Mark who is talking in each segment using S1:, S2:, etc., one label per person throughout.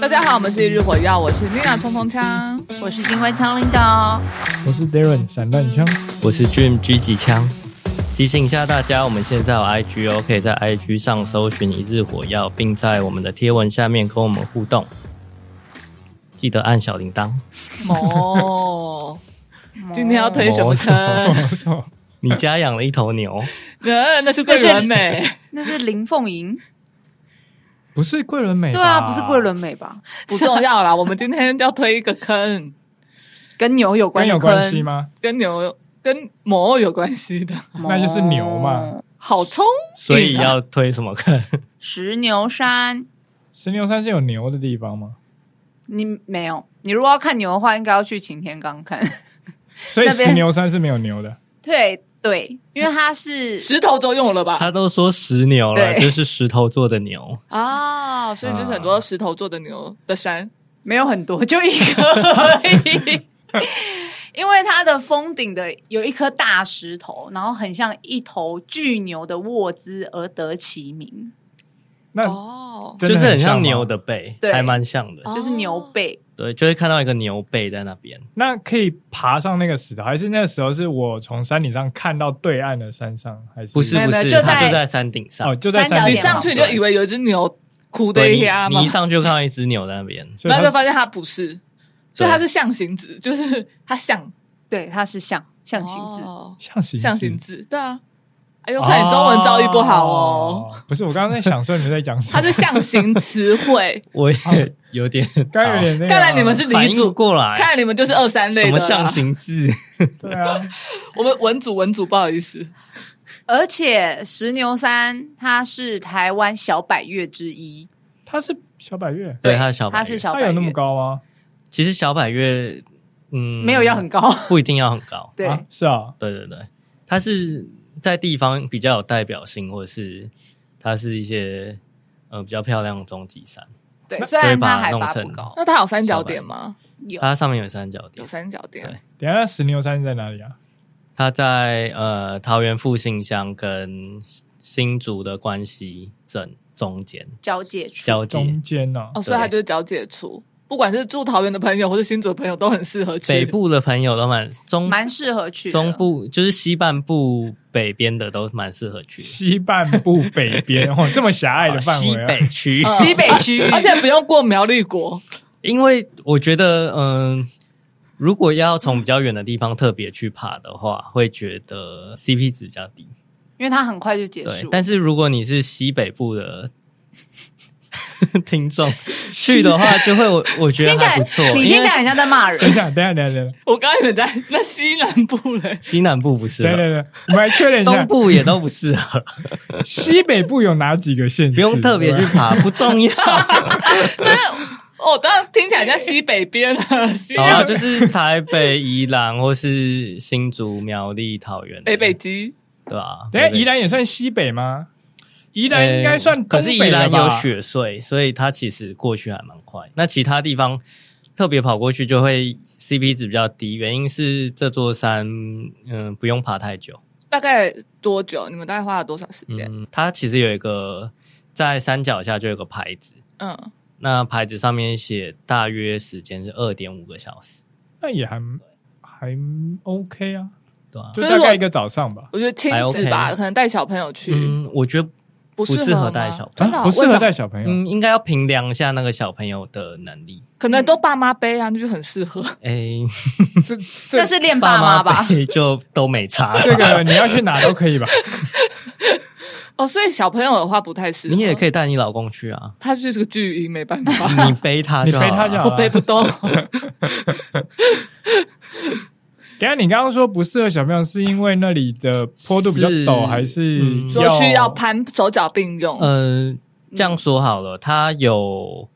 S1: 大家好，我们是一日火药，我是妮娜冲锋枪。
S2: 嗯我是机关枪领导，
S3: 我
S1: 嗯
S3: 是 Darren 散弹枪，
S4: 我是 Dream 狙击枪。提醒一下大家，我们现在有 IG 哦，可以在 IG 上搜寻“一日火药”，并在我们的贴文下面跟我们互动。记得按小铃铛。
S1: 哦，今天要推什么
S3: 哦
S1: 坑？
S3: 什
S1: 嗯
S3: 么
S4: 你家养了一头 牛，
S1: 呃，那是桂纶镁，
S2: 那是林凤 营，
S3: 不是桂纶镁吧？
S2: 对啊，不是桂纶镁吧？
S1: 不重要啦。我们今天要推一个坑，
S2: 跟牛有
S3: 跟
S2: 的
S3: 有
S2: 坑
S3: 关系吗？
S1: 跟牛跟魔有关系的。
S3: 那就是牛
S2: 哦
S3: 嘛。
S1: 好冲，
S4: 所以要推什么 看？
S2: 石牛山，
S3: 石牛山是有牛的地方吗？
S2: 你没有，你如果要看牛的话，应该要去擎天岗看。
S3: 所以
S2: 那边
S3: 石牛山是没有牛的。
S2: 对对，因为它是
S1: 石头都用了吧？
S4: 他都说石牛了，
S2: 对
S4: 就是石头做的牛。
S1: 啊，所以就是很多石头做的牛的山。
S2: 没有很多，就一个而已。 因为它的峰顶的有一颗大石头，然后很像一头巨牛的卧姿而得其名，
S3: 那
S1: 哦，
S3: 真
S4: 就
S3: 的
S4: 是很
S3: 像
S4: 像
S3: 吗
S4: 牛。的背，
S2: 对
S4: 还蛮像的。
S1: 哦
S2: 就是牛背。
S4: 对，就会看到一个牛背在那边。
S3: 那可以爬上那个石头，还是那时候是我从山顶上看到对岸的山上？还是
S4: 不是
S2: 没有
S4: 不
S2: 没有
S4: 是，
S2: 就
S4: 它
S2: 在
S4: 就在山顶上。
S3: 哦，就在
S2: 三角
S3: 山
S1: 你
S3: 顶
S2: 点
S1: 上去你就以为有一只牛哭的
S4: 对，你
S1: 呀吗
S4: 你一？上去就看到一只牛在那边。
S3: 所以
S1: 然后
S3: 它
S1: 就发现它不是，所以它是象形字，就是它像
S2: 对，它是象象形字。
S1: 哦
S3: 象形
S1: 象
S3: 字
S1: 形字，对啊。哎
S4: 哦
S1: 呦，看你中文造诣不好哦。。
S3: 不是，我刚刚在想说你们在讲什
S1: 它
S3: 么
S1: 是，象形词汇，
S4: 我也有点，
S3: 刚刚有点那
S1: 哦
S3: 个啊。
S1: 看来你们是
S4: 反
S1: 黎
S4: 应不
S1: 族，
S4: 过来，
S1: 看来你们就是二三类
S4: 什
S1: 的
S4: 么
S1: 啦。
S4: 象形 字？
S3: 对啊，
S1: 我们文组文组，不好意思。
S2: 而且石牛山它是台湾小百越之一，
S3: 它是小百越，
S4: 对，它是小百
S2: 它
S4: 月，
S2: 是小
S3: 它
S2: 百越，
S3: 有那么高吗？
S4: 其实小百月，嗯，
S2: 没有要很高。
S4: 不一定要很高。
S2: 对、
S3: 啊是啊，
S4: 对对对，它是在地方比较有代表性，或者是它是一些呃比较漂亮的中级山，
S2: 对，
S3: 那
S2: 虽然
S4: 就会把
S2: 它
S4: 它
S2: 海
S4: 弄
S2: 拔不
S4: 成啊
S2: 高，
S1: 那它有三角点吗？
S2: 有
S4: 它上面有三角
S1: 有
S4: 点，
S1: 三角点
S4: 对。
S3: 等一下那石牛山是在哪里啊？
S4: 它在呃桃园复兴乡跟新竹的关西镇中间
S2: 交界处。
S4: 交界
S3: 中。间呢？
S1: 哦，所以它
S4: 对
S1: 就是交界处。不管是住桃园的朋友，或是新竹的朋友，都很适合去。
S4: 北部的朋友都蛮中
S2: 蛮适合去的
S4: 中部，就是西半部北边的都蛮适合去的，
S3: 西半部北边哦，这么狭隘的范围、
S4: 哦西
S3: 啊。
S4: 北 区。
S1: 嗯
S2: 西北区
S1: ，而且不用过苗栗国。
S4: 因为我觉得，嗯、如果要从比较远的地方特别去爬的话，会觉得 CP 值比较低。
S2: 因为它很快就结
S4: 对
S2: 束，。
S4: 但是如果你是西北部的 听众去的话，就会我我觉
S2: 听
S4: 得
S2: 起来
S4: 还不错，
S2: 你
S4: 因
S2: 听起
S4: 为
S2: 来很像在 骂人
S3: 等。一下，等一下，等一下，等一下，
S1: 我刚刚以为在那西南部嘞，
S4: 西南部不适
S3: 等一下，
S4: 合，
S3: 等一下，我们来确认一
S4: 东
S3: 下，
S4: 部也都不适合，
S3: 西北部有哪几个县市？
S4: 不用特别去
S3: 对吧
S4: 爬， 不 重要。
S1: 哦，当然听起来像西北边 啊，西
S4: 好了，
S1: 南
S4: 哦就是台北、宜兰或是新竹、苗栗、桃园、
S1: 北北基。
S4: 对吧、
S3: 等一下，
S4: 北北
S3: 宜兰也算西北吗？宜兰应该算
S4: 呃可
S3: 东
S4: 是宜
S3: 北了
S4: 兰
S3: 吧？
S4: 有雪隧，所以它其实过去还蛮快。那其他地方特别跑过去就会 CP 值比较低，原因是这座山嗯不用爬太久。
S1: 大概多久？你们大概花了多少时间？
S4: 嗯，它其实有一个在山脚下就有个牌子，
S1: 嗯，
S4: 那牌子上面写大约时间是二点五个小时，
S3: 那也还还 OK 啊，
S4: 对吧、
S3: 就
S1: 就是
S3: 大概
S1: 我
S3: 一个早上吧。
S1: 我觉得亲
S4: 还
S1: 子
S4: 哎 OK
S1: 吧，可能带小朋友去、
S4: 嗯，我觉得
S1: 不
S4: 不
S1: 适
S4: 适合
S1: 吗
S4: 带小朋友
S1: 真的哦
S3: 啊不适
S1: 为什
S3: 合
S1: 么
S3: 带小朋友。
S4: 嗯应该要评量一下那个小朋友的能力。
S1: 可能都爸妈背啊，那就很适合。
S4: 哎，
S3: 这
S2: 那
S4: 嗯
S3: 这
S2: 是练
S4: 爸
S2: 爸 妈吧？
S4: 辈就都没差，
S3: 这个你要去哪都可以吧？
S1: 哦，所以小朋友的话不太适合。
S4: 你也可
S1: 以，
S4: 以带你老公去啊。
S1: 他就是个巨婴，没办法，
S4: 你背 他
S3: 你
S4: 就好了，
S3: 背他就好
S1: 我
S3: 了。
S1: 背不
S3: 等
S1: 动。
S3: 一下，你刚刚说不适合小朋友，是因为那里的坡度比较
S4: 是
S3: 陡，还是
S4: 嗯
S1: 说需要攀手脚并用，
S4: 呃，这样说好了，它有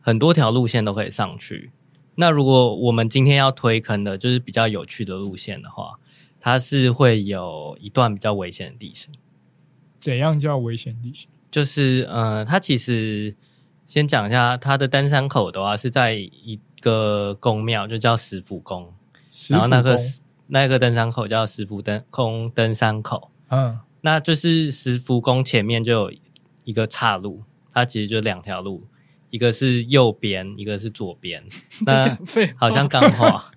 S4: 很多条路线都可以上去。那如果我们今天要推坑的，就是比较有趣的路线的话，它是会有一段比较危险的地形，
S3: 怎样叫危险地形？
S4: 就是呃，它其实先讲一下它的登山口的话，是在一个宫庙，就叫石府宫，
S3: 石
S4: 然后那
S3: 斧
S4: 个
S3: 宫
S4: 那个登山口叫石府登宫登山口，
S3: 嗯，
S4: 那就是石浮宫前面就有一个岔路，它其实就两条路，一个是右边，一个是左边，
S3: 在
S4: 那
S3: 讲废话
S4: 呃好像干话。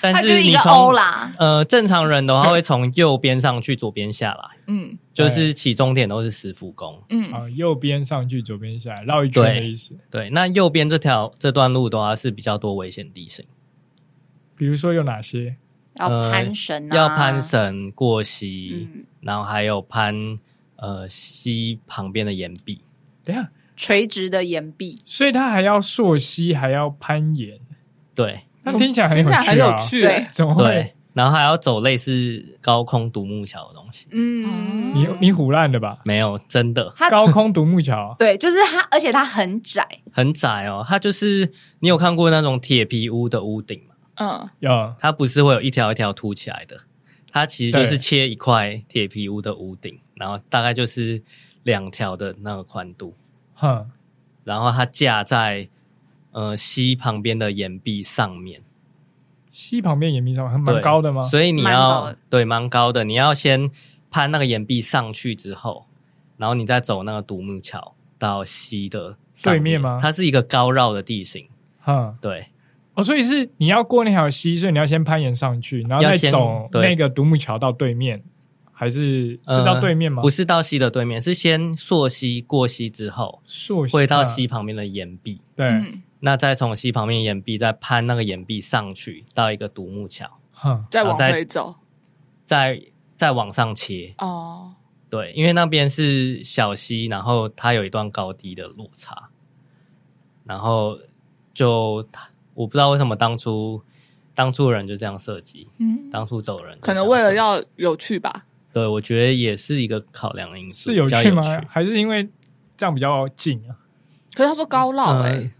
S4: 但
S2: 哦它就是
S4: 是
S2: 一
S4: 你
S2: 个欧
S4: 从
S2: 啦，
S4: 呃正常人的话会从右边上去，左边下来，
S1: 嗯
S4: 就是起终点都是十福宫。
S1: 嗯，
S3: 啊，右边上去，左边下来，绕一圈的意思。
S4: 对，那右边这条这段路的话是比较多危险地形，
S3: 比如说有哪些？
S2: 要攀绳啊，
S4: 呃要攀，绳、过溪，
S2: 嗯，
S4: 然后还有攀呃溪旁边的岩壁。
S3: 等一下，
S2: 垂直的岩壁，
S3: 所以他还要溯溪，还要攀岩，
S4: 对
S3: 那听起来很
S1: 听起
S3: 有趣
S1: 来
S3: 啊！
S1: 很有趣
S2: 对
S1: 欸，
S3: 怎么会
S4: 对？，然后还要走类似高空独木桥的东西，
S2: 嗯，
S3: 你你唬烂的吧？
S4: 没有真的
S2: 它
S3: 高空独木桥，
S2: 对，就是它，而且它很窄，
S4: 很窄哦。它就是你有看过那种铁皮屋的屋顶吗？
S1: 嗯，
S3: 有
S4: 它不是会有一条一条凸起来的，它其实就
S3: 对
S4: 是切一块铁皮屋的屋顶，然后大概就是两条的那个宽度，
S3: 哼，
S4: 然后它架在呃溪旁边的岩壁上面，
S3: 溪旁边岩壁上很蛮
S4: 对
S3: 高的吗？
S4: 所以你
S2: 蛮高
S4: 要
S2: 的
S4: 对蛮高的，你要先攀那个岩壁上去之后，然后你再走那个独木桥到溪的上
S3: 对面吗
S4: 它是一个高绕的地形，
S3: 哼，
S4: 对
S3: 哦，所以是你要过那条溪，所以你要先攀岩上去，然后
S4: 要
S3: 再
S4: 先
S3: 走
S4: 对
S3: 那个独木桥到对面，还是是
S4: 呃
S3: 到对面吗？
S4: 不是到溪的对面，是先溯溪过溪之后，
S3: 溯溪，
S4: 会到
S3: 嗯
S4: 溪旁边的岩壁。
S3: 对，
S1: 嗯，
S4: 那再从溪旁边岩壁再攀那个岩壁上去，到一个独木桥，
S3: 哼，
S1: 再往
S4: 好再
S1: 回走
S4: 再再往上切。
S1: 哦，
S4: 对，因为那边是小溪，然后它有一段高低的落差，然后就我不知道为什么当初当初人就这样设计，
S1: 嗯，
S4: 当初走人就
S1: 可能
S4: 这样
S1: 为了
S4: 设计
S1: 要有趣吧，
S4: 对，我觉得也是一个考量因素，
S3: 是有
S4: 比较
S3: 趣
S4: 有
S3: 吗
S4: 趣？
S3: 还是因为这样比较近 啊？
S1: 可是他说高绕哎、
S4: 嗯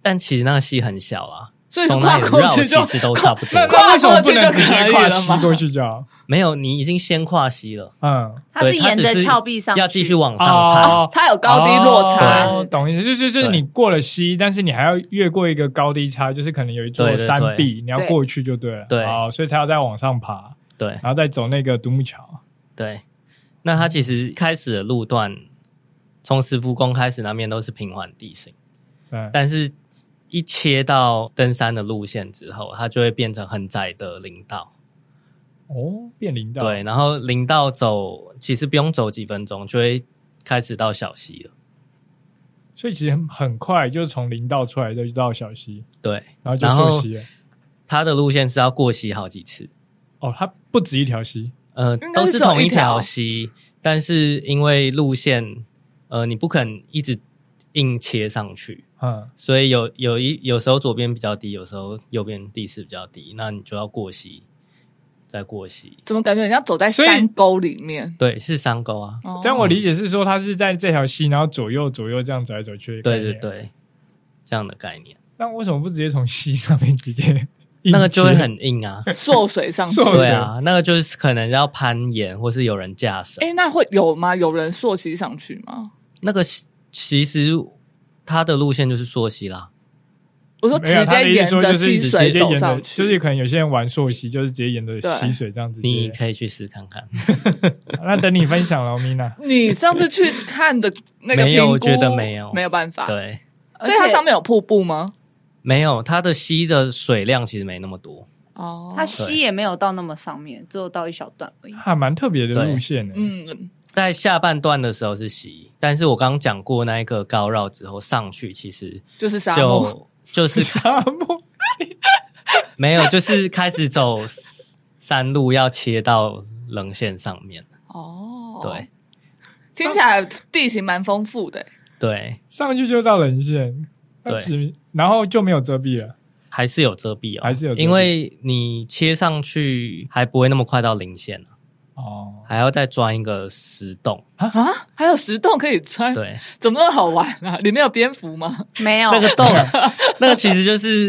S4: 但其实那个溪很小啦，
S1: 所以是
S4: 从
S1: 跨
S4: 那里
S1: 过
S4: 绕
S1: 去就
S4: 其实都差不多。
S1: 跨
S3: 那为什么不能
S1: 过
S3: 直
S1: 去就可
S3: 接
S1: 以
S3: 跨
S1: 了
S3: 溪
S1: 吗
S3: 过去就好？
S4: 没有，你已经先跨溪了，
S3: 嗯，
S2: 它是
S4: 对它
S2: 沿
S4: 只
S2: 着
S4: 是
S2: 峭壁上去，
S4: 要继续往上爬。
S3: 哦，
S1: 它有高低落差，
S3: 哦懂意思？就是就是
S4: 对
S3: 你过了溪，但是你还要越过一个高低差，就是可能有一座
S4: 对对
S3: 山
S4: 对
S3: 壁，你要过去就对了。
S4: 对
S3: 哦，所以才要再往上爬，
S4: 对
S3: 然后再走那个独木桥。
S4: 对，那它其实开始的路段，从石浮宫开始那边都是平缓地形，
S3: 嗯，
S4: 但是一切到登山的路线之后，它就会变成很窄的林道。
S3: 哦，变林
S1: 啊
S3: 道。
S4: 对，，然后林道走其实不用走几分钟就会开始到小溪了。
S3: 所以其实很很快就从林道出来，就到小溪，
S4: 对，
S3: 然后就溯溪了。
S4: 它的路线是要过溪好几次，
S3: 哦，它不止一条溪，
S4: 呃，
S1: 应该
S4: 都
S1: 是
S4: 是
S1: 走
S4: 同
S1: 一
S4: 一条
S1: 条
S4: 溪，但是因为路线，呃，你不肯一直硬切上去，
S3: 嗯，
S4: 所以有有一有时候左边比较低，有时候右边地势比较低，那你就要过溪，再过溪。
S1: 怎么感觉人家走在
S3: 所以
S1: 山沟里面？
S4: 对，是山沟啊。
S1: 哦
S3: 这样我理解是说，它是在这条溪，然后左右左右这样走来走去。
S4: 对对。对，这样的概念，
S3: 那为什么不直接从溪上面直接？
S4: 那个就会很硬啊。
S1: 溯水上去
S3: 溯。水
S4: 对啊，那个就是可能要攀岩，或是有人架绳。
S1: 哎、那会有吗？有人溯溪上去吗？
S4: 那个其其实它的路线就是溯溪啦。
S1: 我说直
S3: 没有，他的
S1: 接
S3: 意
S1: 沿
S3: 思说
S1: 着
S3: 就是
S1: 溪
S3: 直
S1: 水
S3: 接
S1: 走
S3: 沿着，
S1: 上去，
S3: 就是可能有些人玩溯溪，就是直接沿着
S1: 对
S3: 溪水这样子。
S4: 你可以去试看看。
S3: 那等你分享了，米娜。
S1: 你上次去看的那个
S4: 没有
S1: 评估
S4: 我觉得没有
S1: 没有办法。
S4: 对，
S1: 所以它
S2: 而且
S1: 上面有瀑布吗？
S4: 没有它的溪的水量其实没那么多。
S1: 哦，
S2: 它溪也没有到那么上面，只有到一小段而已。
S3: 还蛮特别的路线呢。
S1: 嗯，
S4: 在下半段的时候是溪，但是我刚刚讲过那一个高绕之后上去，其实
S1: 就是沙漠，
S4: 就就 是
S3: 沙漠，
S4: 没有，就是开始走山路，要切到棱线上面。
S1: 哦，
S4: 对、，
S1: 听起来地形蛮丰富的。
S4: 对，
S3: 上去就到人线，
S4: 对
S3: 那其实然后就没有遮蔽了。
S4: 还是有遮蔽哦，
S3: 还是有遮蔽
S4: 因为你切上去还不会那么快到零线、啊、
S3: 哦，
S4: 还要再钻一个石 洞。
S1: 啊，还有石洞可以穿，
S4: 对，
S1: 怎么那么好玩啊？里面有蝙蝠吗？
S2: 没有
S4: 那，个洞，
S1: 啊
S4: 那个其实就是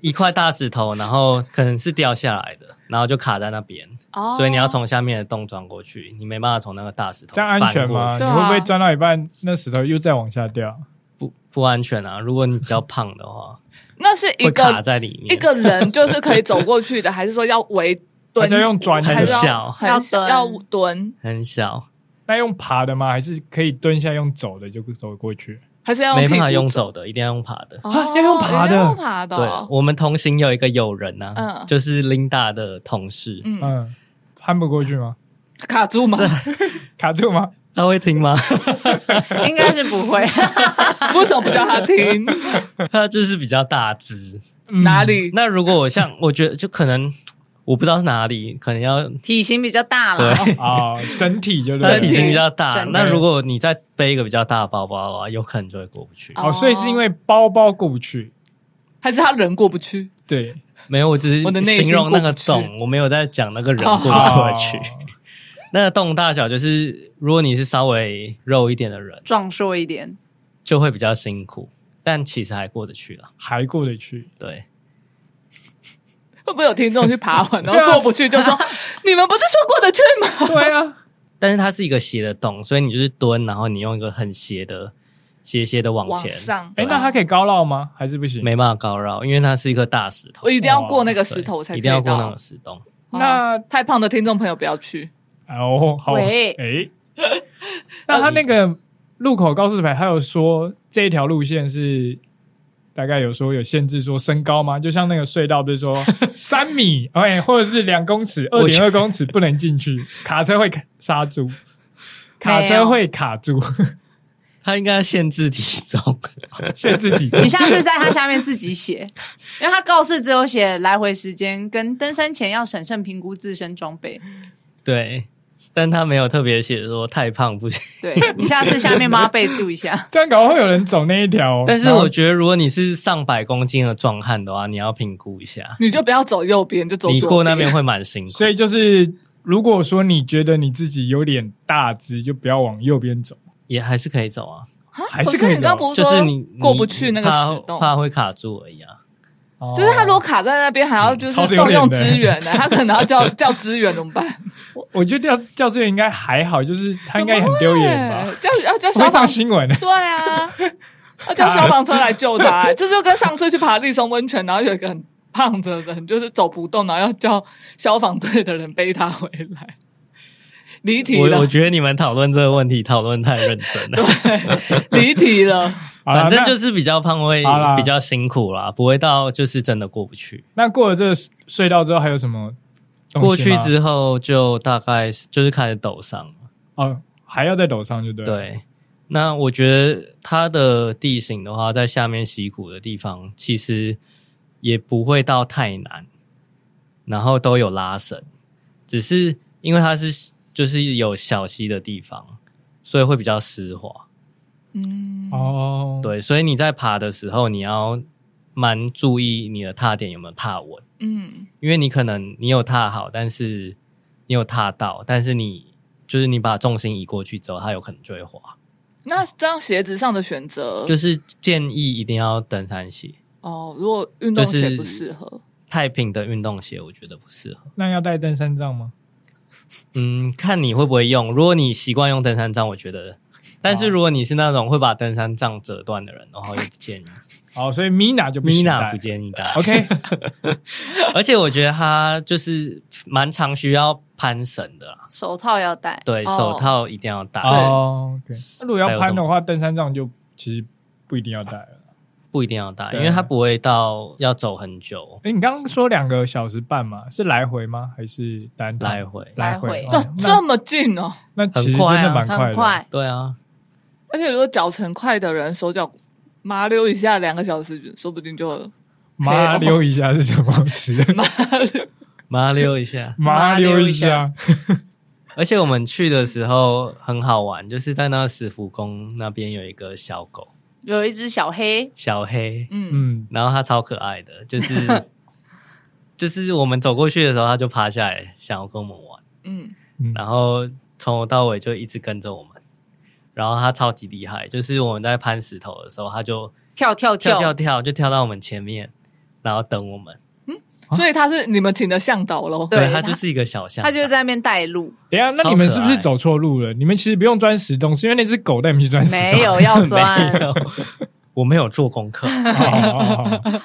S4: 一块大石头，然后可能是掉下来的，然后就卡在那边，
S1: 哦
S4: 所以你要从下面的洞钻过去，你没办法从那个大石头
S3: 这样安全
S4: 翻过
S3: 吗？
S4: 去
S3: 你
S1: 对啊
S3: 会不会钻到一半，那石头又再往下掉？
S4: 不不安全啊！如果你比较胖的话，
S1: 那是一
S4: 会卡
S1: 个
S4: 在里面。
S1: 一个人就是可以走过去的，还是说要围
S3: 还
S1: 蹲
S3: 是？要用砖的？
S1: 还是
S4: 很小
S1: 很
S2: 要蹲
S1: 要蹲？
S4: 很小，
S3: 那用爬的吗？还是可以蹲下用走的就走过去？
S1: 还是要
S4: 没
S1: 屁
S4: 办法
S1: 股
S4: 用走的，一定要用爬的。
S1: 哦
S3: 要用爬的
S1: 要用爬的
S4: 对
S1: 哦，
S4: 我们同行有一个友人呐、啊，
S1: 嗯
S4: 就是 Linda 的同事，
S1: 嗯，
S3: 嗯，攀不过去吗？
S1: 卡住吗？
S3: 卡住吗？
S4: 他会听吗？
S2: 应该是不会。
S1: 为什么不叫他听？
S4: 他就是比较大只。
S3: 嗯
S1: 哪？里？
S4: 那如果我 像，我觉得就可能我不知道是哪里，可能要
S2: 体型比较
S1: 啊
S2: 大啦，
S4: 对，
S3: 哦，整体就
S4: 他
S3: 是
S4: 体型比较大。
S2: 整体
S4: 那如果你再背一个比较大的包包的话，有可能就会过不去。
S1: 哦
S3: 哦，所以是因为包包过不去，
S1: 还是他人过不去？
S3: 对，
S4: 没有，我只
S1: 我的
S4: 是
S1: 内心
S4: 形容那个
S1: 过不去
S4: 洞，我没有在讲那个人
S1: 哦
S4: 过不过去。
S3: 哦
S4: 那个洞大小就是，如果你是稍微肉一点的人，
S2: 壮硕一点。
S4: 就会比较辛苦，但其实还过得去了。
S3: 还过得 去。
S4: 对，
S1: 会不会有听众去爬完，然
S3: 对啊
S1: 后过不去，就说你们不是说过得去吗？
S3: 对啊，
S4: 但是它是一个斜的洞，所以你就是蹲，然后你用一个很斜的、斜斜的往前，
S1: 上
S3: 哎，那它可以高绕吗？还是不行？
S4: 啊没办法高绕，因为它是一个大石头
S1: 我，一定要过那个石头，我才可
S4: 对一
S1: 以
S4: 定要过那
S1: 到
S4: 个。石洞。
S1: 哦
S3: 那
S1: 太胖的听众朋友不要去，
S3: 哦，好，
S2: 喂
S3: 哎，那他那个路口告示牌，他有说这一条路线是大概有说有限制，说身高吗？就像那个隧道，不是说三米，哎，或者是两公尺、二
S4: 我觉
S3: 点二公尺不能进去，卡车会卡刹住，卡车会卡住，
S4: 它应该限制体重，
S3: 限制体重
S2: 你。下次在它下面自己 写，因为它告示只有写来回时间跟登山前要审慎评估自身装备。
S4: 对，但它没有特别写说太胖不行。
S2: 对你下次下面帮它备注一下。
S3: 这样搞会有人走那一条哦，
S4: 但是
S3: 然后
S4: 我觉得，如果你是上百公斤的壮汉的话，你要评估一下，
S1: 你就不要走右边，就走
S4: 你
S1: 左
S4: 过那边会蛮辛苦。
S3: 所以就是，如果说你觉得你自己有点大只，就不要往右边走，
S4: 也还是可以走啊，
S3: 还
S1: 可
S3: 是
S1: 是
S3: 可以
S1: 你刚
S3: 走。
S1: 不是
S4: 就
S1: 说
S4: 是你
S1: 过
S4: 你
S1: 不去那个
S4: 怕
S1: 石洞，
S4: 怕会卡住而已啊。
S1: 就是他如果
S3: 我
S1: 卡在那边，还要就是
S3: 哦嗯超丢
S1: 动
S3: 脸
S1: 用
S3: 的
S1: 资源呢，他可能要叫叫资源怎么 办？
S3: 我觉得叫叫这个应该还好，就是他应该也很丢脸吧
S1: 对，，叫要叫
S3: 会
S1: 消
S3: 上
S1: 防
S3: 新闻。
S1: 对啊，要叫消防车来救他、
S3: 啊
S1: 这就跟上次去爬立松温泉，然后有一个很胖的人，就是走不动，然后要叫消防队的人背他回来。离题
S4: 我我
S1: 了，
S4: 觉得你们讨论这个问题讨论太认真 了，
S1: 离题了。
S3: 好啦
S4: 反正就
S3: 啊那
S4: 是比较胖会
S3: 好啦
S4: 比较辛苦啦，不会到就是真的过不去。
S3: 那过了这个隧道之后，还有什么东西吗？
S4: 过去之后就大概是就是开始抖上了，
S3: 哦，还要再陡上，就对。
S4: 对。，那我觉得它的地形的话，在下面溪谷的地方，其实也不会到太难，然后都有拉绳，只是因为它是就是有小溪的地方，所以会比较湿滑。
S1: 嗯，
S3: 哦，，
S4: 对，所以你在爬的时候，你要蛮注意你的踏点有没有踏稳，
S1: 嗯，
S4: 因为你可能你有踏好，但是你有踏到，但是你就是你把重心移过去之后，它有可能就会滑。
S1: 那这样鞋子上的选择，
S4: 就是建议一定要登山鞋，
S1: 哦，如果运动鞋
S4: 就是
S1: 不适合，
S4: 太平的运动鞋我觉得不适合。
S3: 那要带登山杖吗？
S4: 嗯，看你会不会用。如果你习惯用登山杖，我觉得。但是
S3: 哦
S4: 如果你是那种会把登山杖折断的人的话，我就不建议。
S3: 哦，所以 Mina 就不行
S4: Mina
S3: 带
S4: 不建议大家。
S3: OK，
S4: 而且我觉得他就是蛮常需要攀绳的啦。
S2: 手套要戴，
S4: 对，
S1: 哦
S4: 手套一定要戴，
S3: 哦，OK，那如果
S4: 还
S3: 要
S4: 有什
S3: 攀
S4: 么
S3: 的话，登山杖就其实不一定要带了。
S4: 不一定要戴，
S3: 对
S4: 因为它不会到要走很久
S3: 哎，你刚刚说两个小时半嘛，是来回吗？还是单趟
S4: 来？回。
S3: 来
S2: 来回
S1: 这、
S3: 哦那
S1: 这么近哦。
S3: 那其实
S4: 很快
S3: 真
S4: 啊
S3: 的蛮快
S2: 很
S3: 的。
S2: 快。
S4: 对啊，
S1: 而且如果脚程快的人，手脚麻溜一下，两个小时说不定就
S3: 麻溜一下是什么词？。
S4: 麻溜一下
S3: 麻溜一下，
S4: 而且我们去的时候很好玩，就是在那石浮宫那边有一个小狗
S2: 有一只小黑，
S4: 小黑，
S1: 嗯，
S3: 嗯，
S4: 然后它超可爱的，就是 就是我们走过去的时候，它就趴下来想要跟我们玩，
S1: 嗯
S3: 嗯
S4: 然后从头到尾就一直跟着我们。然后它超级厉害，就是我们在攀石头的时候，它就
S2: 跳跳
S4: 跳
S2: 跳，
S4: 跳跳，就跳到我们前面，然后等我们。
S1: 所以他是你们请的向导喽。
S2: 对
S4: 它
S2: 它
S4: 就是一个小象，
S2: 它就会在那边带路，
S3: 等一下，那你们是不是走错路了？你们其实不用钻石洞，是因为那只狗带你们去钻石洞。
S2: 没有要
S4: 啊 没
S2: 钻。
S4: 有， 我没有做功课。
S3: 哦，哦哦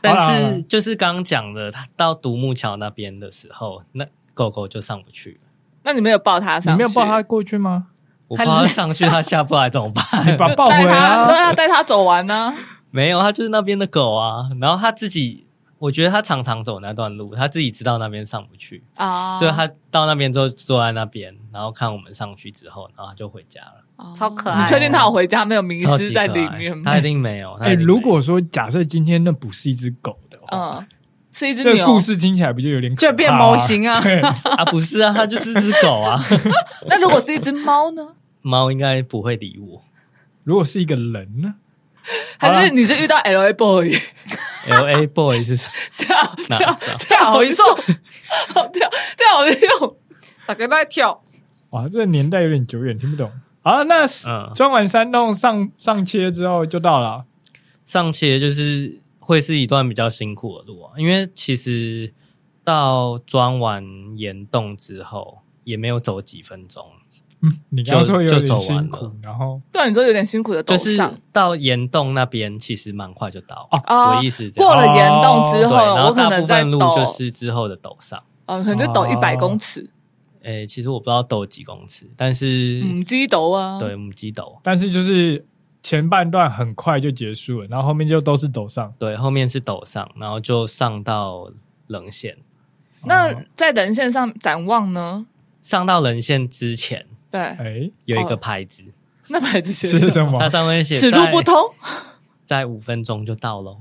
S4: 但是就是刚讲的，他到独木桥那边的时候，那狗狗就上不去了。
S1: 那你没有抱他
S3: 你
S1: 上去？
S3: 没有抱它过去吗？
S4: 我怕他上去他下不来怎么办？
S3: 你把它
S1: 就
S3: 抱
S1: 带
S3: 回来
S1: 他，对
S3: 啊。
S1: 啊，带他走完呢、
S4: 没有，他就是那边的狗啊。然后他自己，我觉得他常常走那段路，他自己知道那边上不去，
S1: 啊，
S4: 所以他到那边之后坐在那边，然后看我们上去之后，然后他就回家了。
S2: 超可爱
S1: 哦你确定他有回家没有迷
S4: 超
S1: 失
S4: 级
S1: 在
S4: 可
S1: 里
S4: 爱
S1: 面吗
S4: 他？一定没有。他
S3: 哎，
S4: 一定没有
S3: 如果说假设今天那不是一只狗的话，
S1: 嗯，是一只
S3: 这个
S1: 牛。
S3: 故事听起来不就有点可怕
S2: 就变模 型啊
S3: 对，
S4: 啊，不是啊，他就是只狗啊。
S1: 那如果是一只猫呢？
S4: 猫应该不会理我。
S3: 如果是一个人呢？好
S1: 还
S3: 啦
S1: 是你是遇到 L A boy
S4: L A boy 是
S1: 跳
S4: 哪
S1: 跳
S4: 知道
S1: 跳回送，好跳跳的用，大家都在跳。
S3: 哇，这个年代有点久远，听不懂。好，那是
S4: 嗯
S3: 钻完山洞上上切之后就到了。
S4: 上切就是会是一段比较辛苦的路啊，因为其实到装完岩洞之后也没有走几分钟，
S3: 你刚刚说有
S4: 就就
S3: 点
S4: 走完
S3: 辛
S4: 了
S3: 苦，然后
S1: 对啊，你说有点辛苦的
S4: 就
S1: 陡
S4: 是
S1: 上，
S4: 到岩洞那边其实蛮快就到。
S1: 哦
S4: 我意思是这样
S1: 过了岩洞之
S4: 对，
S1: 后，
S4: 然
S1: 我
S4: 后
S1: 可
S4: 大
S1: 能
S4: 部
S1: 在
S4: 分路
S1: 抖，
S4: 就是之后的陡上。
S1: 哦，可能就抖一百
S3: 哦
S1: 公尺，
S4: 诶、其实我不知道陡几公尺，但是、
S1: 嗯，鸡抖啊，
S4: 对母鸡陡，
S3: 但是就是前半段很快就结束了，然后后面就都是陡上。
S4: 对，后面是陡上，然后就上到棱线，
S1: 那
S3: 哦
S1: 在人线上展望呢？
S4: 上到棱线之前
S1: 对，
S3: 哎
S4: 有一
S1: 哦
S4: 个牌子，
S1: 那牌子写
S3: 是什么
S4: 它？上面写
S1: 此路
S4: 在
S1: 不通。
S4: 在五分钟就到喽。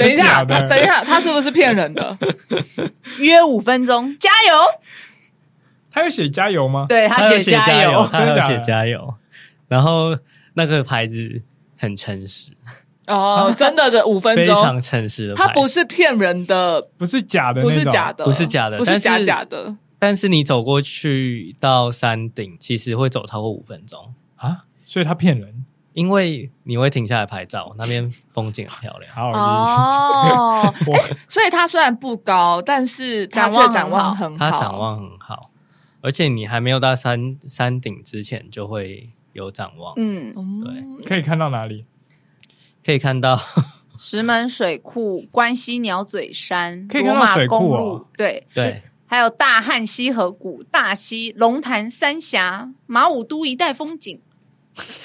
S1: 等
S3: 的
S1: 一下，他
S3: 假的？
S1: 等一下，他是不是骗人 的？
S2: 约五分钟，加油！
S3: 他有写加油吗？
S2: 对
S4: 有写加
S2: 油，
S4: 他有
S3: 真的假
S4: 写
S3: 的
S4: 加油。然后那个牌子很诚实，
S1: 哦，真的，这五分
S4: 非
S1: 钟，
S4: 常诚实的牌
S1: 他
S4: 子。
S1: 不是骗人的，
S3: 不是假的，
S1: 不是假。的，
S4: 不是假的
S1: 不是
S4: 但是
S1: 假假的。
S4: 但是你走过去到山顶，其实会走超过五分钟，
S3: 啊，所以他骗人，
S4: 因为你会停下来拍照，那边风景很漂亮。
S3: 好有意
S1: 哦，
S3: 思。我
S1: 所以它虽然不高，但是它
S2: 展
S1: 却
S2: 望
S1: 展望很
S4: 它
S1: 好。
S4: 展望很好，而且你还没有到山山顶之前，就会有展望，
S2: 嗯，
S1: 嗯，
S4: 对
S3: 可以看到哪里？
S4: 可以看到
S2: 石门水库、关西鸟嘴山、
S3: 可以看到
S2: 罗马
S3: 水库
S2: 公
S3: 哦
S2: 路，对，
S4: 对
S2: 还有大汉溪河谷、大溪、龙潭三峡、马武都一带风景，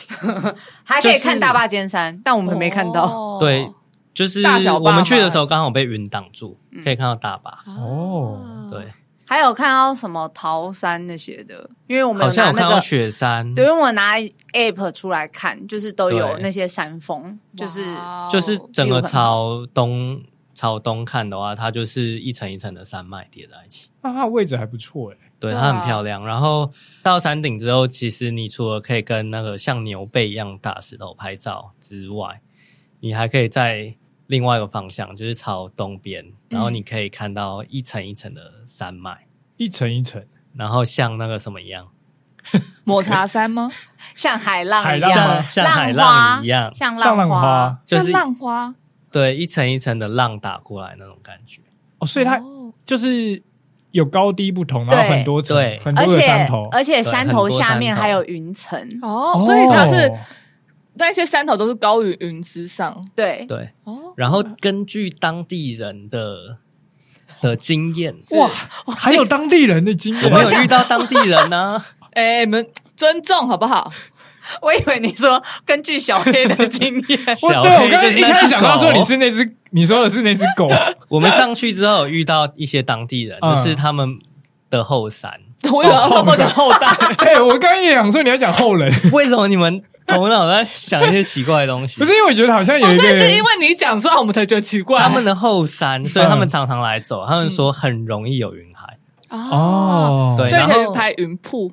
S2: 还可以
S4: 就是
S2: 看大坝尖山，但我们没看到。
S1: 哦
S4: 对，就是
S1: 大小坝
S4: 我们去
S1: 吗
S4: 的时候刚好被云挡住，
S2: 嗯
S4: 可以看到大坝。
S3: 哦
S4: 对，，
S2: 还有看到什么桃山那些的，因为我们
S4: 好
S2: 有
S4: 像
S2: 拿
S4: 有看
S2: 那
S4: 到
S2: 个，
S4: 雪山，
S2: 对，因为哦我拿 app 出来看，就是都有
S4: 对
S2: 那些山峰，就是
S1: 哇哦
S4: 就是整个
S2: view 很好
S4: 朝东朝东看的话，它就是一层一层的山脉叠在一起。
S3: 那啊他位置还不错哎。
S4: 对，
S1: 对啊
S4: 它很漂亮。然后到山顶之后，其实你除了可以跟那个像牛背一样大石头拍照之外，你还可以在另外一个方向，就是朝东边，然后你可以看到一层一层的山脉，
S3: 一层一层，
S4: 然后像那个什么一样，
S1: 抹茶山吗？
S2: 像海浪
S3: 海
S2: 一
S3: 浪
S2: 样，
S3: 吗
S4: 像像海
S2: 浪花
S4: 浪一样，
S2: 像
S3: 上浪
S2: 花，
S3: 花
S4: 就
S1: 像
S4: 是
S1: 浪花
S4: 对一层一层的浪打过来那种感觉。
S3: 哦，所以它
S1: 哦
S3: 就是有高低不同，然后
S2: 对
S3: 很多层
S4: 对，
S3: 很
S2: 而
S3: 多的山
S2: 且
S3: 头。
S2: 而且山头下面
S4: 对很多山头
S2: 还有云层，
S1: 哦，所以它是
S3: 哦
S1: 那些山头都是高于云之上
S2: 对，
S4: 对，
S1: 哦。
S4: 然后根据当地人的的经验，
S1: 哇，
S3: 哦还有当地人的经验，
S4: 我们有遇到当地人啊呢、
S1: 哎，你们尊重好不好？
S2: 我以为你说根据小黑的经验
S3: 我
S4: 小
S3: 对
S4: 黑
S3: 我刚
S4: 就
S3: 刚
S4: 是
S3: 一
S4: 那
S3: 开
S4: 只
S3: 始想到
S4: 狗
S3: 说你是那只，你说的是那只 狗，
S4: 我们上去之后有遇到一些当地人，
S3: 嗯哦
S4: 就是他们的后山。
S1: 我有要 这么的
S4: 后代，
S3: 哎、我刚刚也想说你要讲后人，
S4: 为什么你们头脑在想一些奇怪的东西
S3: 不？是因为我觉得好像有
S1: 哦，
S3: 一
S1: 所
S3: 个，
S1: 以是因为你讲出来，我们才觉得奇怪。
S4: 他们的后
S3: 嗯
S4: 山，所以他们常常来走。他们说很容易有云
S3: 嗯
S4: 海，
S1: 哦，
S3: 哦，
S4: 对
S1: 所以可
S4: 然
S1: 以
S4: 后
S1: 拍云瀑，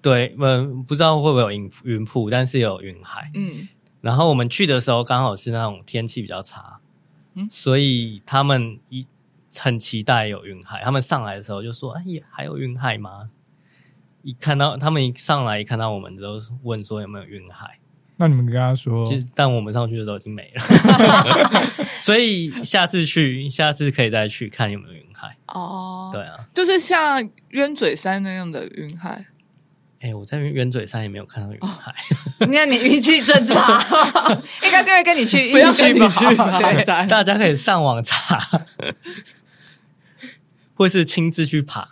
S4: 对，嗯，不知道会不会有云云瀑，但是有云海。
S1: 嗯，
S4: 然后我们去的时候刚好是那种天气比较差，
S1: 嗯
S4: 所以他们一很期待有云海。他们上来的时候就说：“哎，也还有云海吗？”一看到他们一上来，一看到我们都问说有没有云海，
S3: 那你们跟他说，
S1: 哦
S4: 其实但我们上去的时候已 经没了，所以下次去，下次可以再去看有没有云海。
S1: 哦，
S4: 对，啊，
S1: 就是像鸢嘴山那样的云海，
S4: 哎，我在圆嘴山也没有看到云海，
S2: 那 你运气正 常，应该是因为跟你去
S1: 不要
S2: 运气
S1: 跟
S2: 不
S1: 你
S2: 好
S1: 去吧
S2: 对
S1: 对
S4: 大家可以上网查，或是亲自去爬。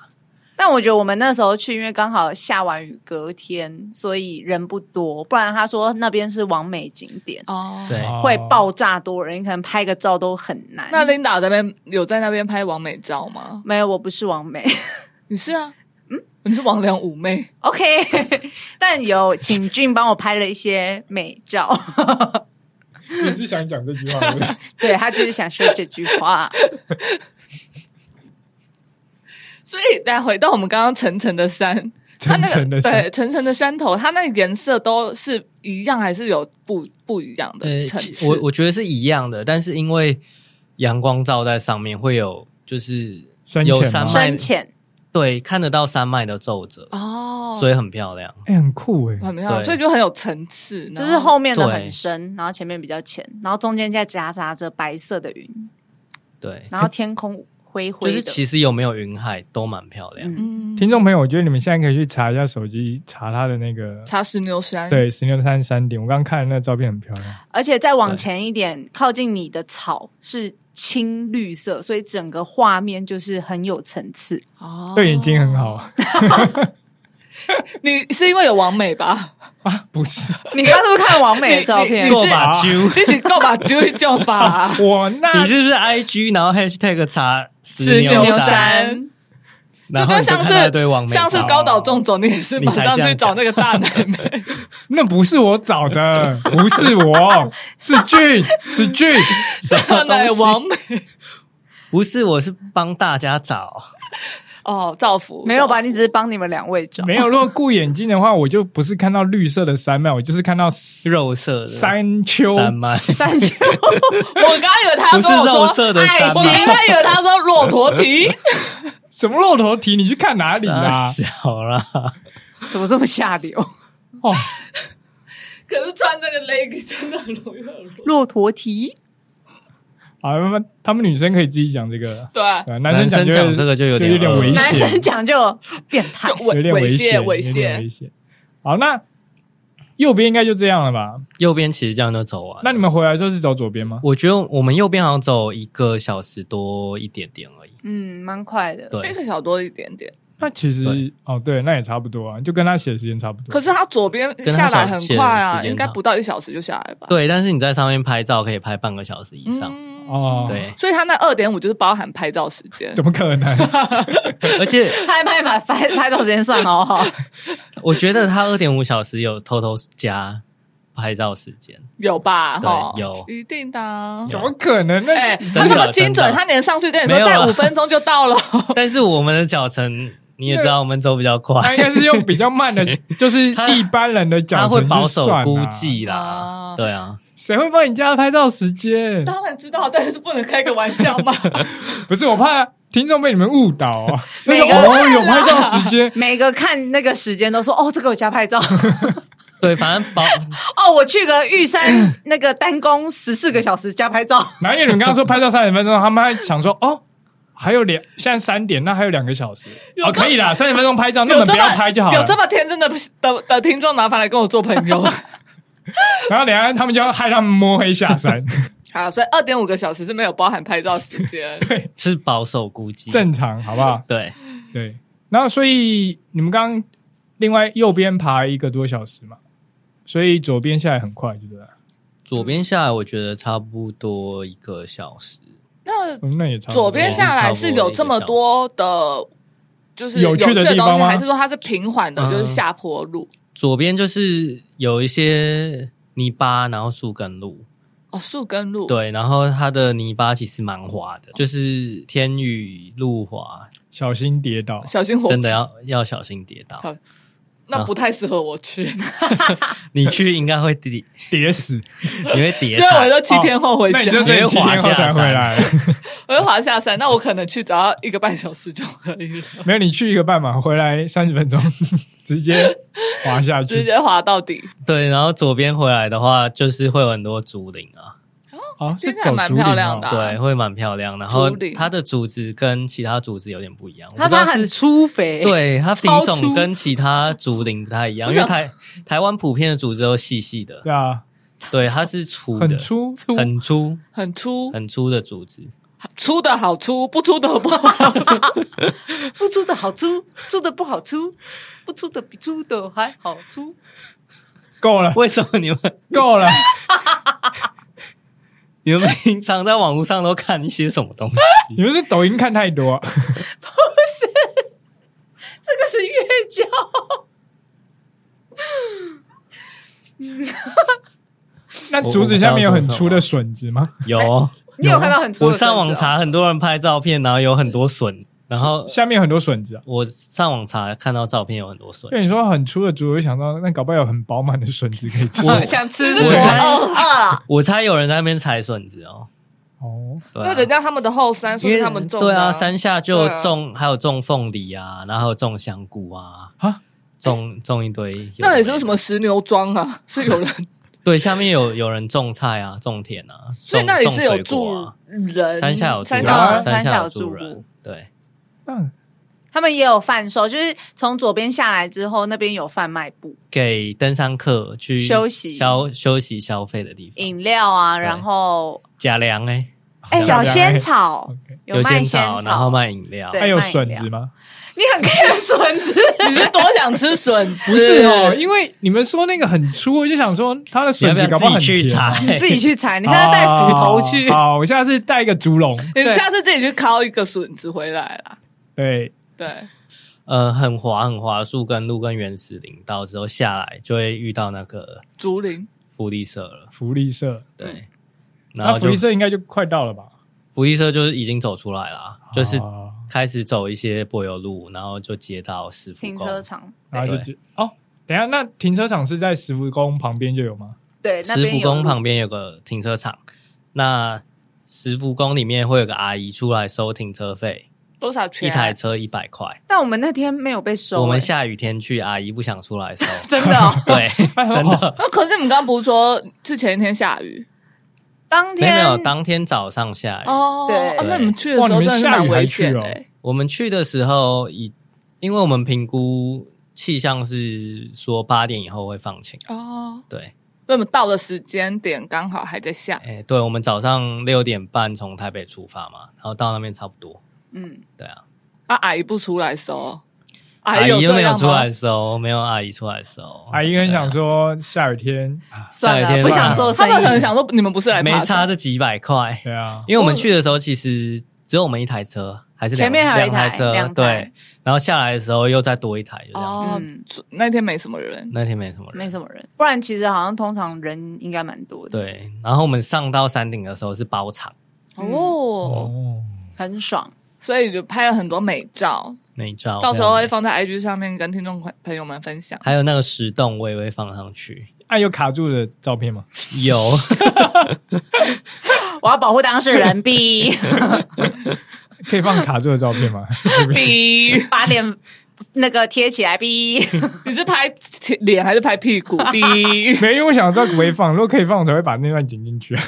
S2: 但我觉得我们那时候去，因为刚好下完雨隔天，所以人不多。不然他说那边是完美景点，
S1: 哦
S4: 对
S3: 啊
S2: 哎会爆炸多人，你可能拍个照都很难。
S1: 那琳达那边有在那边拍完美照
S4: 嗯
S1: 吗？
S2: 没有，我不是完美。
S1: 你是啊，嗯，你是王良妩媚，
S2: OK，但有请俊帮我拍了一些美照。
S3: 你是想讲这句话？对不对
S2: 对他就是想说这句 话。
S1: 所以来回到我们刚刚层层的山， 它那
S3: 层层
S1: 个
S3: 的山
S1: 对层层的山头，它那个颜色都是一样还是有不不一样
S4: 呃
S1: 的层
S4: 其
S1: 次？
S4: 我我觉得是一样的，但是因为阳光照在上面，会有就是
S3: 深
S4: 有
S3: 浅
S4: 山
S3: 吗
S4: 脉
S2: 深浅，
S4: 对看得到山脉的皱褶，
S1: 哦，
S4: 所以很漂亮。
S3: 哎，很酷哎，
S1: 很漂亮，
S4: 对
S1: 所以就很有层次，然
S2: 就是后面的很
S4: 对
S2: 深，然后前面比较浅，然后中间再夹杂着白色的云，
S4: 对，
S2: 然后天空灰
S4: 就
S2: 灰的。
S4: 是其实有没有云海都蛮漂亮。
S2: 嗯
S1: 嗯，
S3: 听众朋友，我觉得你们现在可以去查一下手机，查它的那个
S1: 茶石牛山，
S3: 对石牛山山顶。我刚刚看的那个照片很漂亮，
S2: 而且再往
S4: 对
S2: 前一点，靠近你的草是青绿色，所以整个画面就是很有层次。
S1: 哦，
S3: 对眼睛很好。
S1: 你是因为有王美吧？
S3: 啊，不是。
S2: 你刚是不是看王美的照片
S1: 你？是
S4: 吧啾，
S1: 一起够吧，揪一揪吧
S3: 我那
S4: 你是不是 IG 然后 hashtag 查
S1: 石
S4: 石
S1: 牛
S4: 牛
S1: 山
S2: 山，
S1: 就
S4: 然后
S1: 跟
S4: 你
S1: 上
S4: 看
S1: 次
S4: 到一堆网美
S1: 上次
S4: 照哦
S1: 高岛 纵走，你也是马上去找那个大奶妹，
S3: 那不是我找的，不是我，是俊，是俊。
S1: 大奶王美
S4: 不是，我是帮大家找。
S1: 哦，造福
S2: 没有吧？
S1: 造福
S2: 你只是帮你们两位找。
S3: 没有，如果顾眼睛的话，我就不是看到绿色的山脉，我就是看到山
S4: 肉色的
S3: 山丘。
S4: 山脉，
S2: 三千，
S1: 我刚刚以为他
S4: 不
S1: 要
S4: 是
S1: 跟我
S4: 肉
S1: 说，
S4: 色的
S2: 爱
S4: 山
S1: 我
S3: 哎
S4: 脉
S1: 刚。刚以为他说骆驼蹄，
S3: 什么露头蹄？你去看哪里 啊啦？
S4: 啊小啦，
S2: 怎么这么下流？
S3: 哦，
S1: 可是穿那个 leg 真的很容易很弱
S2: 骆驼蹄，
S3: 好，啊他们他们女生可以自己讲这个，
S1: 对啊，
S3: 对，男生讲就
S4: 男生讲这个就有点呃
S3: 有点危
S4: 危
S2: 男生
S3: 险，
S2: 讲就变态
S1: 就。猥
S3: 有点
S1: 猥亵
S3: 险，
S1: 猥
S3: 有点危
S1: 亵，
S3: 险。好，那右边应该就这样了吧？
S4: 右边其实这样就走完。
S3: 那你们回来的时候是走左边吗？
S4: 我觉得我们右边好像走一个小时多一点点而已。
S2: 嗯，蛮快的。
S1: 一
S4: 对，
S1: 个小多一点点。
S3: 那其实
S4: 对
S3: 哦，对，那也差不多啊，就跟他写的时间差不多。
S1: 可是他左边
S4: 他
S1: 下来
S4: 小
S1: 很
S4: 切的
S1: 快啊，
S4: 时间
S1: 应该
S4: 差
S1: 不到一小时就下来吧？
S4: 对，但是你在上面拍照可以拍半个小时以上。
S1: 嗯
S3: 哦，
S4: 对，
S1: 所以他那二点五就是包含拍照时间
S3: 怎。么可 能？
S4: 而且
S2: 拍拍拍拍拍照时间算哦好好，
S4: 我觉得他二点五小时有偷偷加拍照时 间，
S1: 有吧？
S4: 对
S1: 齁
S4: 有
S1: 一定的啊。
S3: 怎么可能？那
S1: 哎，他
S4: 真
S1: 那
S4: 的啊
S1: 么精
S4: 真
S1: 准，
S4: 的
S1: 他连上去跟你说
S4: 没有
S1: 在
S4: 啊
S1: 五分钟就到了。
S4: 但是我们的脚程你也知道，我们走比较
S3: 他
S4: 快
S3: 应，该是用比较慢 的，就是
S4: 他
S3: 一般人的脚
S4: 他
S3: 程
S4: 会
S3: 去
S4: 保守
S3: 算啊
S4: 估，计
S1: 啊
S4: 啦。对啊，
S3: 谁会帮你加拍照时间？
S1: 当然知道，但是不能开个玩笑嘛。
S3: 不是，我怕听众被你们误导啊。 那
S2: 每
S3: 个
S2: 个
S3: 哦，有拍照时间，
S2: 每个看那个时间都说哦，这个有加拍 照
S4: 对，反正保
S2: 哦，我去个玉山那个丹宫十四个小时加 拍照，
S3: 然后因为你们刚刚说拍照三十分钟，他们还想说哦。还有两，现在三点，那还有两个小时，
S1: 有
S3: 哦，
S1: 这么
S3: 可以啦，三十分钟拍照，那我
S1: 有
S3: 们
S1: 这
S3: 不要
S1: 么
S3: 拍就好
S1: 有
S3: 了。
S1: 这么天真的的的听众，麻烦来跟我做朋友。
S3: 然后等一下他们就要害他们摸黑下 山，
S1: 好，所以二点五个小时是没有包含拍照时间。
S3: 对，
S4: 是保守估计。
S3: 正常，好不好？
S4: 对，
S3: 对，然后所以你们刚刚另外右边爬一个多小时嘛，所以左边下来很快，对不对？
S4: 左边下来我觉得差不多一个小时。
S1: 那
S3: 嗯，那也差不多。
S1: 左边下来是有这么多的，就是
S3: 有趣的
S1: 的
S3: 地方
S1: 东西，
S3: 吗
S1: 还是说它是平缓的，
S4: 嗯
S1: 就是下坡路？
S4: 左边就是有一些泥巴，然后树根路，
S1: 哦，树根路。
S4: 对，然后它的泥巴其实蛮滑的，就是天雨路滑，
S3: 小心跌倒，
S1: 小心火
S4: 真的啊要要小心跌倒
S1: 好。那不太适合我去，所
S4: 你去应该会跌， 你
S3: 跌死，
S4: 会跌
S1: 以我
S4: 惨。
S1: 就七天后回家
S3: 那，你就
S4: 直
S3: 得
S4: 接
S3: 七天后才回 来。
S1: 我就滑下山。 那我可能去只要一个半小时就可以 了，
S3: 没有，你去一个半马，回来三十分钟， 直接滑下
S1: 直
S3: 去。
S1: 接滑到底。
S4: 对，然后左边回来的话，就是会有很多竹林啊，
S2: 哎
S3: 哦，是
S1: 听起来
S3: 走
S1: 蛮
S3: 竹林
S1: 漂亮的
S3: 哦
S1: 啊
S4: 对，会蛮漂亮。然后
S1: 竹林
S4: 它的竹子跟其他竹子有点不一样，我
S2: 他
S4: 不知道
S2: 他
S4: 是
S2: 很粗肥，，
S4: 对它品
S2: 超粗
S4: 种跟其他竹林不太一样，
S1: 我
S4: 因为
S1: 想
S4: 台台湾普遍的竹子都细细的，
S3: 对啊，
S4: 对，它是粗的，
S3: 很粗粗
S4: 很粗哦
S1: 很粗，
S4: 很粗的竹子，
S1: 出的好出，不出的不 好。
S2: 不出的好出，出的不好出，不出的比出的还好出。
S3: 够了，
S4: 为什么你们
S3: 够 了，
S4: 你们平常在网络上都看一些什么东西？
S3: 你们是抖音看太多，
S2: 这个是月交，
S3: 那竹子下面有很粗的笋子吗？
S4: 有，
S2: 你有看到很粗的
S4: 我
S2: 绳子哦
S4: 上网查很多人拍照片，然后有很多笋，然后
S3: 下面有很多笋子啊。
S4: 我上网查看到照片有很多笋
S3: 因，为你说很粗的竹，我就想到那搞不好有很饱满的笋子可以吃。
S4: 我
S2: 想吃
S1: 这是
S2: 什
S4: 我
S1: 多
S4: 才
S2: 么？
S1: 饿啊！
S4: 我猜有人在那边采笋子哦，
S3: 哦，
S4: 对
S1: 因
S4: 啊
S1: 为人家他们的后山，所
S4: 因
S1: 以
S4: 为
S1: 他们种的
S4: 对啊，山下就
S1: 对啊
S4: 种，还有种凤梨啊，然后还有种香菇啊，
S3: 啊
S4: 种种一堆有的没的。
S1: 那也是为什么石牛庄啊？是 有人，
S4: 对，下面有有人种菜啊，种田啊，
S1: 所以那里是有
S4: 种水果
S1: 住
S4: 啊
S1: 人，
S4: 山下有住
S1: 山
S4: 人，
S1: 下
S2: 啊
S1: 有
S2: 山
S4: 下
S2: 下
S4: 有
S2: 有
S4: 住
S2: 住
S4: 人
S2: 户，
S4: 对，
S3: 那
S2: 他们也有贩售，就是从左边下来之后，那边有贩卖部、
S4: 给登山客去
S2: 休息
S4: 消休息消费的地方。
S2: 饮料啊，
S4: 对
S2: 然后
S4: 假粮哎，
S2: 哎，
S3: 假
S2: 有
S3: 粮
S2: 仙草
S3: OK，
S2: 卖
S4: 仙
S2: 仙
S4: 然后卖饮料，
S2: 对
S3: 还有
S2: 卖饮
S3: 笋
S2: 料
S3: 子吗？
S2: 你很 care 笋 子，
S1: 你是多想吃笋？
S3: 不是哦，，因为你们说那个很粗，我就想说它的
S4: 你
S3: 笋
S4: 要不
S3: 子搞
S4: 要
S3: 不好
S4: 自
S3: 很
S4: 己去
S3: 甜啊。哦
S4: 采？
S2: 自己去采，你现在带斧头去。
S4: 哦
S3: 好，好我下次带一个竹笼。
S1: 你下次自己去烤一个笋子回来啦。
S3: 对，
S1: 对，
S4: 呃，很滑很滑，树根路跟原始林道之后下来就会遇到那个
S1: 竹林
S4: 福利社了，
S3: 福利社，
S2: 嗯
S4: 对，然
S3: 那
S4: 后
S3: 福
S4: 就
S3: 利社应该就快到了吧？
S4: 福利社就是已经走出来啦，就是
S3: 哦
S4: 开始走一些柏油路，然后就接到石福
S2: 停
S4: 宫
S2: 车场，
S3: 然后就
S4: 对
S3: 就哦，等一下，那停车场是在石福宫旁边就有吗？
S2: 对，那
S4: 石
S2: 边
S4: 福
S2: 有
S4: 宫
S2: 路
S4: 旁边有个停车场，那石福宫里面会有个阿姨出来收停车费，
S1: 多少
S4: 一
S1: 钱啊？
S4: 台车一百块。
S2: 但我们那天没有被收、
S4: 我们
S2: 欸
S4: 下雨天去，阿姨不想出来收，
S2: 真的 哦、
S4: 对，
S3: 哎
S4: 真的。
S1: 那哦可是你们刚刚不是说是前一天下雨
S2: 当
S4: 没有
S2: 天
S4: 没有，当天早上下雨，
S1: 哦？
S2: 对
S1: 啊那你们去的
S3: 哇
S1: 时候
S3: 你
S1: 真
S3: 们
S1: 的是
S3: 下
S1: 蛮
S3: 雨还
S1: 危
S3: 去
S1: 险
S3: 哦
S1: 的、欸
S4: 我们去的时候已，因为我们评估气象是说八点以后会放晴，
S1: 哦，
S4: 对，
S1: 因为我们到的时间点刚好还在下，
S4: 哎、对，我们早上六点半从台北出发嘛，然后到那边差不多，
S2: 嗯，
S4: 对啊，
S1: 啊，阿姨不出来收，
S4: 阿
S1: 姨有
S4: 又
S1: 这
S4: 没有
S1: 样
S4: 出
S1: 吗
S4: 来？收，没有阿姨出来收，
S3: 阿姨很
S4: 对啊
S3: 想说下雨 天，
S2: 算
S4: 下雨
S2: 了，
S4: 天
S2: 不
S3: 算
S2: 想
S3: 了
S2: 做生
S1: 他
S2: 意。
S1: 们可能想说你们不是来
S4: 没
S1: 爬山
S4: 差这几百块，
S3: 对啊，
S4: 因为我们去的时候其实只有我们一台车，还是两
S2: 前面还有一
S4: 两
S2: 台
S4: 车，
S2: 两台
S4: 对，然后下来的时候又再多一台，就这样子。
S1: 哦
S2: 嗯，
S1: 那天没什么人，
S4: 那天没什么人，
S2: 没什么人，不然其实好像通常人应该蛮多的，
S4: 对，然后我们上到山顶的时候是包场
S2: 嗯
S1: 哦，
S3: 哦，
S2: 很爽。
S1: 所以就拍了很多美照，
S4: 那一照，
S1: 到时候会
S4: 非常
S1: 放在 IG 上面跟听众朋友们分享。
S4: 还有那个石洞我也会放上去，
S3: 啊，有卡住的照片吗？
S4: 有
S2: 我要保护当事 人 B，
S3: 可以放卡住的照片吗？
S1: B，
S2: 把脸那个贴起来 B。
S1: 你是拍前脸还是拍屁 股？B，
S3: 没有，因为我想知道可不可以放，如果可以放，我才会把那段剪进去。啊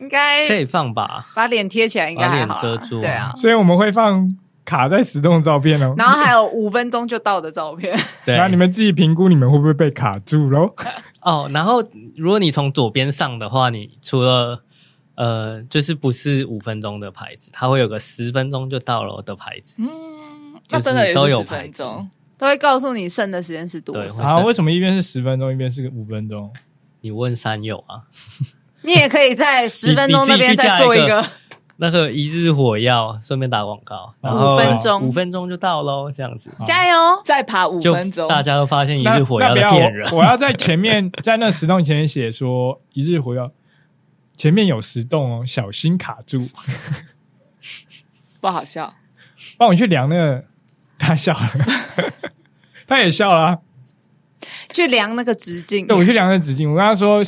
S2: 应
S4: 可
S2: 该
S4: 以放吧？
S2: 把脸贴起来，应该还好啦
S4: 把脸遮住啊
S2: 对啊，
S3: 所以我们会放卡在石洞的照片哦。
S2: 然后还有五分钟就到的照片，
S4: 对，
S3: 然后你们自己评估你们会不会被卡住喽？
S4: 哦，然后如果你从左边上的话，你除了呃，就是不是五分钟的牌子，它会有个十分钟就到了的牌子，
S1: 嗯，那
S4: 就是
S1: 真的也
S4: 都
S1: 是
S4: 有
S1: 十
S4: 牌
S1: 分
S4: 子
S1: 钟，
S2: 都会告诉你剩的时间是多
S4: 对
S2: 少。
S4: 会
S3: 啊，为什么一边是十分钟，一边是五分钟？
S4: 你问山友啊，
S2: 你也可以在十分钟那边再做
S4: 你自己去架一
S2: 个
S4: 个那个一日火药，顺便打广告，然后
S2: 五分钟
S4: 五分钟就到喽，这样子。
S3: 好
S2: 加油，哦
S1: 再爬五
S4: 就
S1: 分钟，
S4: 大家都发现一
S3: 那
S4: 日火
S3: 那
S4: 药
S3: 不
S4: 在
S3: 要
S4: 骗人，
S3: 我，我要在前 面，在那石洞前面写说一日火药，前面有石洞哦，小心卡住。
S1: 不好笑。
S3: 帮我去量那个，他笑 了，他也笑了啊、
S2: 去量那个直 径
S3: 对，。我去量那直径，我跟他说，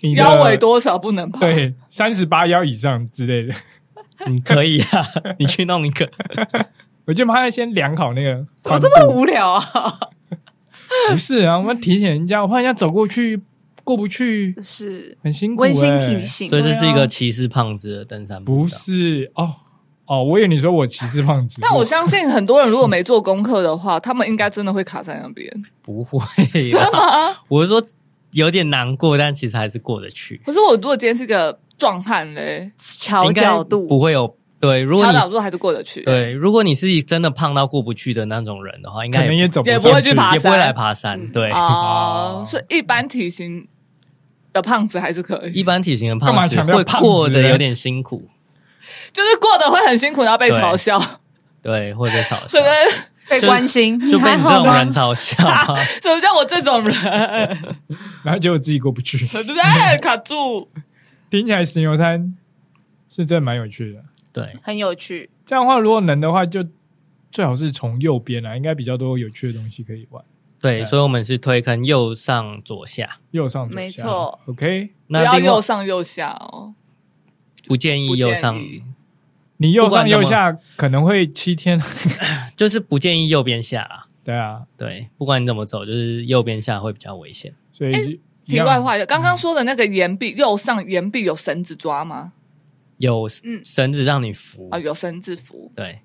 S3: 你的
S1: 腰围多少不能爬？，
S3: 对三十八腰以上之类的，
S4: 你可以啊，你去弄一个。
S3: 我就帮他先量好那个
S2: 怎么
S3: 宽度。
S2: 这么无聊 啊？
S3: 不是啊，我们提醒人家，我怕人家走过去过不去，
S2: 是
S3: 很辛苦、欸。
S2: 温馨哎提，醒，
S4: 所以这是一个歧视胖子的登山步
S3: 不
S4: 道。
S3: 是哦哦，我以为你说我歧视胖子，
S1: 但我相信很多人如果没做功课的话，他们应该真的会卡在那 边。
S4: 不会啦，我是说有点难过，但其实还是过得去。
S1: 可是我如果今天是个壮汉嘞，
S2: 桥
S4: 应该
S2: 角度
S4: 不会有对。如果
S1: 小
S4: 你
S1: 角度还是过得去。，
S4: 对，如果你是真的胖到过不去的那种人的话，应
S3: 可
S4: 该
S3: 能
S4: 也
S3: 也走
S1: 也
S3: 上
S1: 不会去爬
S4: 也不会
S1: 山
S4: 来爬山。
S2: 嗯
S4: 对，
S1: 哦
S3: 哦，
S1: 所以一般体型的胖子还是可以
S4: 一，般体型的
S3: 干嘛
S4: 胖子
S3: 强调
S4: 会
S3: 胖
S4: 过
S3: 子
S4: 得
S3: 嘞
S4: 有点辛苦，
S1: 就是过得会很辛苦，然后被嘲笑，
S4: 对，会被嘲
S1: 可
S4: 笑，
S1: 能
S2: 被关心，
S4: 就
S2: 你
S4: 被
S2: 还
S4: 你这
S2: 好
S4: 种
S2: 吗
S4: 人？嘲笑啊。
S1: 怎么叫我这种人？
S3: 然后结果自己过不去。
S1: 对不对？卡住，
S3: 听起来石牛山是真的蛮有趣的。
S4: 对，
S2: 很有趣，
S3: 这样的话，如果能的话，就最好是从右边啊，应该比较多有趣的东西可以玩。
S4: 对，
S3: 对
S4: 所以我们是推坑右上左下。
S3: 右上左下
S2: 没错
S3: ，OK。
S1: 不
S4: 那
S1: 要
S4: 另外
S1: 右上右下哦。
S4: 不建
S1: 不
S4: 议
S1: 建
S4: 右上，
S1: 议
S3: 你右上右下可能会七天，
S4: 就是不建议右边下啊。
S3: 对啊，
S4: 对，不管你怎么走，就是右边下会比较危险。
S3: 所以一
S1: 题
S3: 样
S1: 外话，刚刚说的那个岩壁，右上岩壁有绳子抓吗？
S4: 有
S2: 嗯
S4: 绳子让你扶，
S1: 啊，有绳子扶。
S4: 对。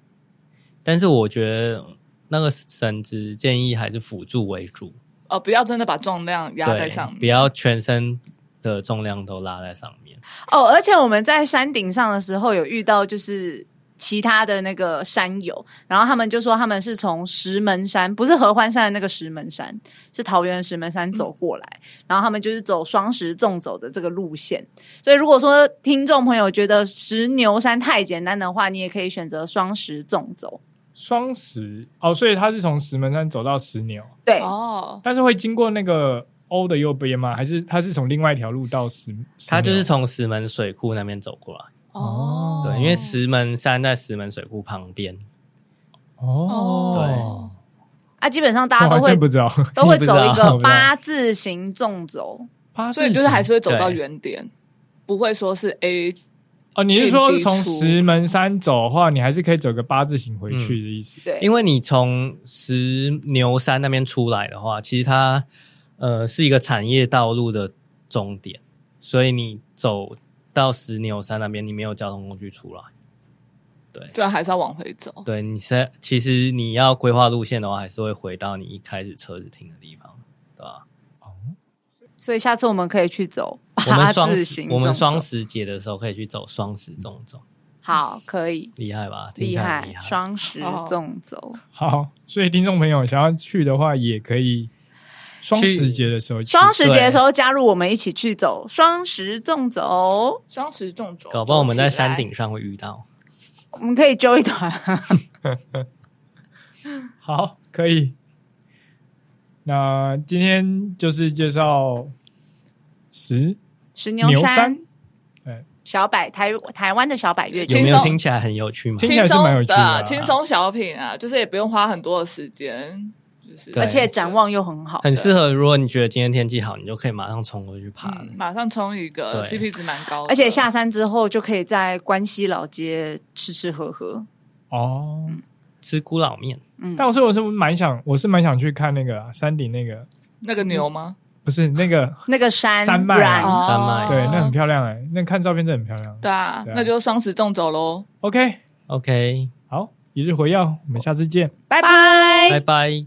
S4: 但是我觉得那个绳子建议还是辅助为主，
S1: 哦，不要真的把重量压
S4: 对，
S1: 在上
S4: 不
S1: 面。
S4: 要全身的重量都拉在上面。
S2: 哦，而且我们在山顶上的时候有遇到就是。其他的那个山友，然后他们就说他们是从石门山，不是合欢山的那个石门山，是桃园的石门山走过来，然后他们就是走双石纵走的这个路线。所以如果说听众朋友觉得石牛山太简单的话，你也可以选择双石纵走。
S3: 双十哦，所以他是从石门山走到石牛，
S2: 对，
S1: 哦，
S3: 但是会经过那个 O 的右边吗？还是他是从另外一条路到石？石
S4: 它就是
S3: 牛
S4: 从石门水库那边走过来，
S1: 哦，
S4: 对，因为石门山在石门水库旁边，
S3: 哦，
S2: 啊，基本上大
S3: 我
S2: 家都
S3: 还
S2: 会
S3: 真不知道，
S2: 都会走一
S4: 不知
S3: 道
S2: 个八字形纵走，
S3: 八字
S1: 所以就是还是会走到
S4: 对
S1: 原点，不会说是 A
S3: 哦，你是说从
S1: 进地出
S3: 石门山走的话，你还是可以走个八字形回去的意思？
S2: 对，
S4: 因为你从石牛山那边出来的话，其实它呃是一个产业道路的终点，所以你走到石牛山那边，你没有交通工具出来。
S1: 就啊还是要往回走。
S4: 对，你是其实你要规划路线的话，还是会回到你一开始车子停的地方，对吧？
S2: 所以下次我们可以去走
S4: 我
S2: 八
S4: 们双
S2: 字
S4: 十
S2: 形纵走，
S4: 我们双十节的时候可以去走双十纵走，
S2: 好，可以，
S4: 厉害吧？听
S2: 厉
S4: 起来很
S2: 害
S4: 厉，害，
S2: 双十纵走，
S3: 好，所以听众朋友想要去的话，也可以双十节的时候去。
S2: 双十节的时候加入我们一起去走双十纵走，
S1: 双十纵走，
S4: 搞不好我们在山
S1: 走
S4: 顶上会遇到。
S2: 我们可以揪一 团，
S3: 好，可以。那今天就是介绍石，
S2: 石牛
S3: 牛山对
S2: 小百台台湾的小百越
S4: 有
S1: 轻
S4: 没
S2: 剧，
S4: 有
S1: 松
S4: 听起来很有趣吗？
S3: 听
S1: 起
S3: 起来
S1: 来，
S3: 是
S1: 轻
S3: 蛮有
S1: 松
S3: 趣的啊
S1: 的轻松小品啊，就是也不用花很多的时间，就是
S4: 对
S2: 而且展望又很好，
S4: 很适合，如果你觉得今天天气好，你就可以马上冲过去爬了。
S1: 嗯，马上冲一个
S4: 对
S1: ，CP 值蛮高的，
S2: 而且下山之后就可以在关西老街吃吃喝喝，
S3: 哦。
S4: 吃孤老面，
S2: 嗯，
S3: 但是我是蛮想，我是蛮想去看那个啊山顶那个，
S1: 那个牛吗？
S3: 不是那个，
S2: 那个山
S3: 山脉
S2: 然
S3: 啊
S4: 山脉哦
S3: 对，
S1: 哦
S3: 那很漂亮哎、那看照片真的很漂亮。
S1: 对啊
S3: 对啊，
S1: 那就双十纵走喽，
S3: OK，
S4: OK，
S3: 好，一日回药，我们下次见。
S1: 拜
S2: 拜
S4: 拜拜。